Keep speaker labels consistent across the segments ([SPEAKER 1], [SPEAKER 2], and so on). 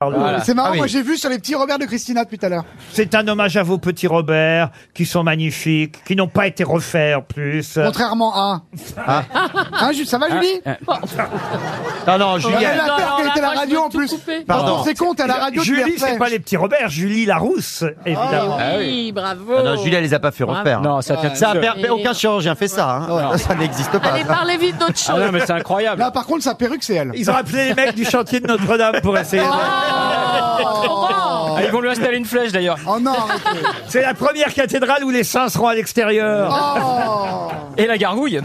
[SPEAKER 1] par le-
[SPEAKER 2] Voilà.
[SPEAKER 3] C'est marrant,
[SPEAKER 2] Ah oui.
[SPEAKER 3] moi j'ai vu sur les petits Robert de Christina depuis tout à l'heure.
[SPEAKER 1] C'est un hommage à vos petits Robert, qui sont magnifiques, qui n'ont pas été refaits en plus.
[SPEAKER 3] Contrairement à. Hein, Ju- ça va, Julie
[SPEAKER 2] Non, non,
[SPEAKER 3] Elle
[SPEAKER 2] Julien.
[SPEAKER 3] a peur
[SPEAKER 4] alors
[SPEAKER 3] qu'elle
[SPEAKER 4] là,
[SPEAKER 3] était à la
[SPEAKER 4] moi, je
[SPEAKER 3] radio
[SPEAKER 4] veux
[SPEAKER 3] en
[SPEAKER 4] tout
[SPEAKER 3] plus.
[SPEAKER 4] couper.
[SPEAKER 3] Pardon,
[SPEAKER 2] Pardon.
[SPEAKER 3] c'est con, t'es à la radio, tu les
[SPEAKER 1] Julie,
[SPEAKER 3] refais.
[SPEAKER 1] c'est pas les petits Robert, Julie la rousse, évidemment.
[SPEAKER 2] Ah
[SPEAKER 4] oui, bravo.
[SPEAKER 5] Ah non, Julien les a pas fait
[SPEAKER 4] Bravo.
[SPEAKER 5] refaire.
[SPEAKER 6] Non, ça tient de
[SPEAKER 5] Ça,
[SPEAKER 6] ça.
[SPEAKER 5] per- per- aucun chirurgien fait ça. hein. Ça, Ça n'existe pas.
[SPEAKER 4] Allez, parlez vite d'autre
[SPEAKER 6] Ah
[SPEAKER 4] chose.
[SPEAKER 6] non, mais c'est incroyable.
[SPEAKER 3] Là, par contre, sa perruque, c'est elle.
[SPEAKER 1] Ils ont appelé les mecs du chantier de Notre-Dame pour essayer. de-
[SPEAKER 4] Oh. Laurent.
[SPEAKER 6] Ah, ils vont lui installer une flèche d'ailleurs.
[SPEAKER 3] Oh non, arrêtez.
[SPEAKER 1] C'est la première cathédrale où les saints seront à l'extérieur.
[SPEAKER 3] Oh,
[SPEAKER 6] Et la gargouille.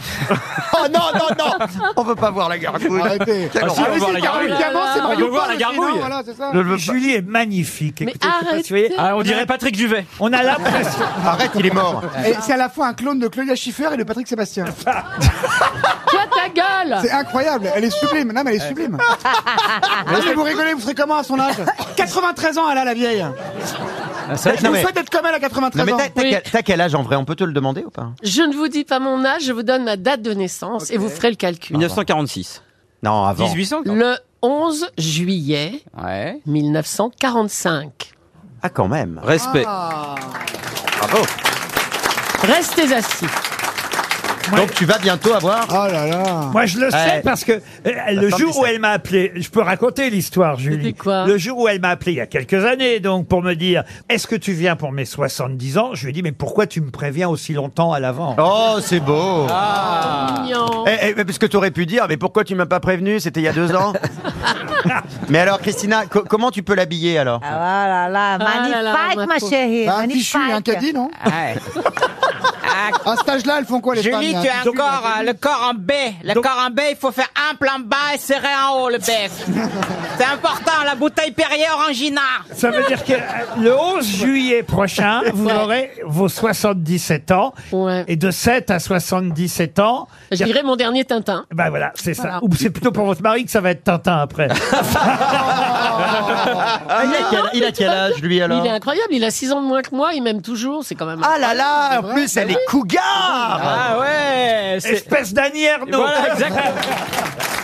[SPEAKER 5] Oh non, non, non On veut pas voir la gargouille.
[SPEAKER 3] arrêtez.
[SPEAKER 5] Quelle
[SPEAKER 6] Ah, si,
[SPEAKER 5] horreur.
[SPEAKER 6] on veut voir la
[SPEAKER 3] Caroline
[SPEAKER 6] gargouille.
[SPEAKER 3] Diamant, c'est Mario
[SPEAKER 6] On veut voir
[SPEAKER 3] Paul
[SPEAKER 6] la
[SPEAKER 3] aussi, non,
[SPEAKER 6] gargouille.
[SPEAKER 3] Voilà, c'est ça.
[SPEAKER 5] Je le veux pas.
[SPEAKER 1] Julie est magnifique.
[SPEAKER 4] Mais
[SPEAKER 1] Écoutez, je sais pas si vous
[SPEAKER 4] arrêtez.
[SPEAKER 1] voyez.
[SPEAKER 6] Ah, on dirait Patrick Juvet.
[SPEAKER 1] On a l'impression.
[SPEAKER 5] Arrête, il est mort.
[SPEAKER 3] Et c'est à la fois un clone de Claudia Schiffer et de Patrick Sébastien.
[SPEAKER 4] Toi, ta gueule.
[SPEAKER 3] C'est incroyable, elle est sublime. Non, mais elle est sublime. Est-ce que vous rigolez, vous serez comment à son âge 93 ans, elle a la vieille.
[SPEAKER 5] T'as-
[SPEAKER 3] Je
[SPEAKER 5] non,
[SPEAKER 3] vous
[SPEAKER 5] mais,
[SPEAKER 3] souhaite être comme elle à
[SPEAKER 5] non,
[SPEAKER 3] 93
[SPEAKER 5] mais
[SPEAKER 3] ans.
[SPEAKER 5] t'as, t'as
[SPEAKER 4] Oui.
[SPEAKER 5] quel, t'as quel âge en vrai On peut te le demander ou pas
[SPEAKER 4] Je ne vous dis pas mon âge, je vous donne ma date de naissance et vous ferez le calcul.
[SPEAKER 6] 1946.
[SPEAKER 5] Non, avant.
[SPEAKER 6] 1800 quoi.
[SPEAKER 4] Le 11 juillet
[SPEAKER 6] Ouais.
[SPEAKER 4] 1945.
[SPEAKER 5] Ah, quand même.
[SPEAKER 6] Respect.
[SPEAKER 3] Ah.
[SPEAKER 5] Bravo.
[SPEAKER 4] Restez assis.
[SPEAKER 5] Donc tu vas bientôt avoir.
[SPEAKER 3] Oh là là.
[SPEAKER 1] Moi, je le sais
[SPEAKER 5] Ouais.
[SPEAKER 1] parce que euh, le
[SPEAKER 5] Attends,
[SPEAKER 1] jour où
[SPEAKER 5] mais ça-
[SPEAKER 1] elle m'a appelé, je peux raconter l'histoire, Julie.
[SPEAKER 4] C'était quoi
[SPEAKER 1] le jour où elle m'a appelé il y a quelques années, donc, pour me dire, est-ce que tu viens pour mes 70 ans? Je lui ai dit, mais pourquoi tu me préviens aussi longtemps à l'avant?
[SPEAKER 5] Oh, c'est beau.
[SPEAKER 3] Ah.
[SPEAKER 4] Mignon.
[SPEAKER 5] Eh, eh, mais parce que t'aurais pu dire, mais pourquoi tu m'as pas prévenu C'était il y a deux ans. mais alors, Christina, co- comment tu peux l'habiller alors
[SPEAKER 7] Ah là là, magnifique,
[SPEAKER 4] là là,
[SPEAKER 7] ma
[SPEAKER 4] Marco.
[SPEAKER 7] chérie.
[SPEAKER 3] Bah, un
[SPEAKER 7] magnifique.
[SPEAKER 3] fichu et un caddie, non
[SPEAKER 5] Ah.
[SPEAKER 3] À cet âge-là, elles font quoi les femmes Il y
[SPEAKER 8] Ah. Julie,
[SPEAKER 3] a un
[SPEAKER 8] tu as
[SPEAKER 3] fichu,
[SPEAKER 8] encore
[SPEAKER 3] un
[SPEAKER 8] euh,
[SPEAKER 3] caddie.
[SPEAKER 8] le corps en B. Le corps en B, il faut faire un plan bas et serrer en haut le bec. C'est important, la bouteille Perrier Orangina.
[SPEAKER 1] Ça veut dire que euh, le 11 juillet prochain, vous
[SPEAKER 4] Ouais.
[SPEAKER 1] aurez vos 77 ans.
[SPEAKER 4] Ouais.
[SPEAKER 1] Et de 7 à 77 ans.
[SPEAKER 3] Eh,
[SPEAKER 4] Je dirais mon dernier Tintin.
[SPEAKER 1] Ben voilà, c'est ça.
[SPEAKER 4] Voilà.
[SPEAKER 1] Ou c'est plutôt pour votre mari que ça va être Tintin après.
[SPEAKER 5] Ah, il, a quel, il a quel âge lui alors
[SPEAKER 4] Il est incroyable, il a 6 ans de moins que moi, il m'aime toujours, c'est quand même...
[SPEAKER 5] Ah là là, en plus elle est cougar
[SPEAKER 6] Ah ouais. c'est-
[SPEAKER 1] Espèce d'anière, nous.
[SPEAKER 6] Voilà, exact.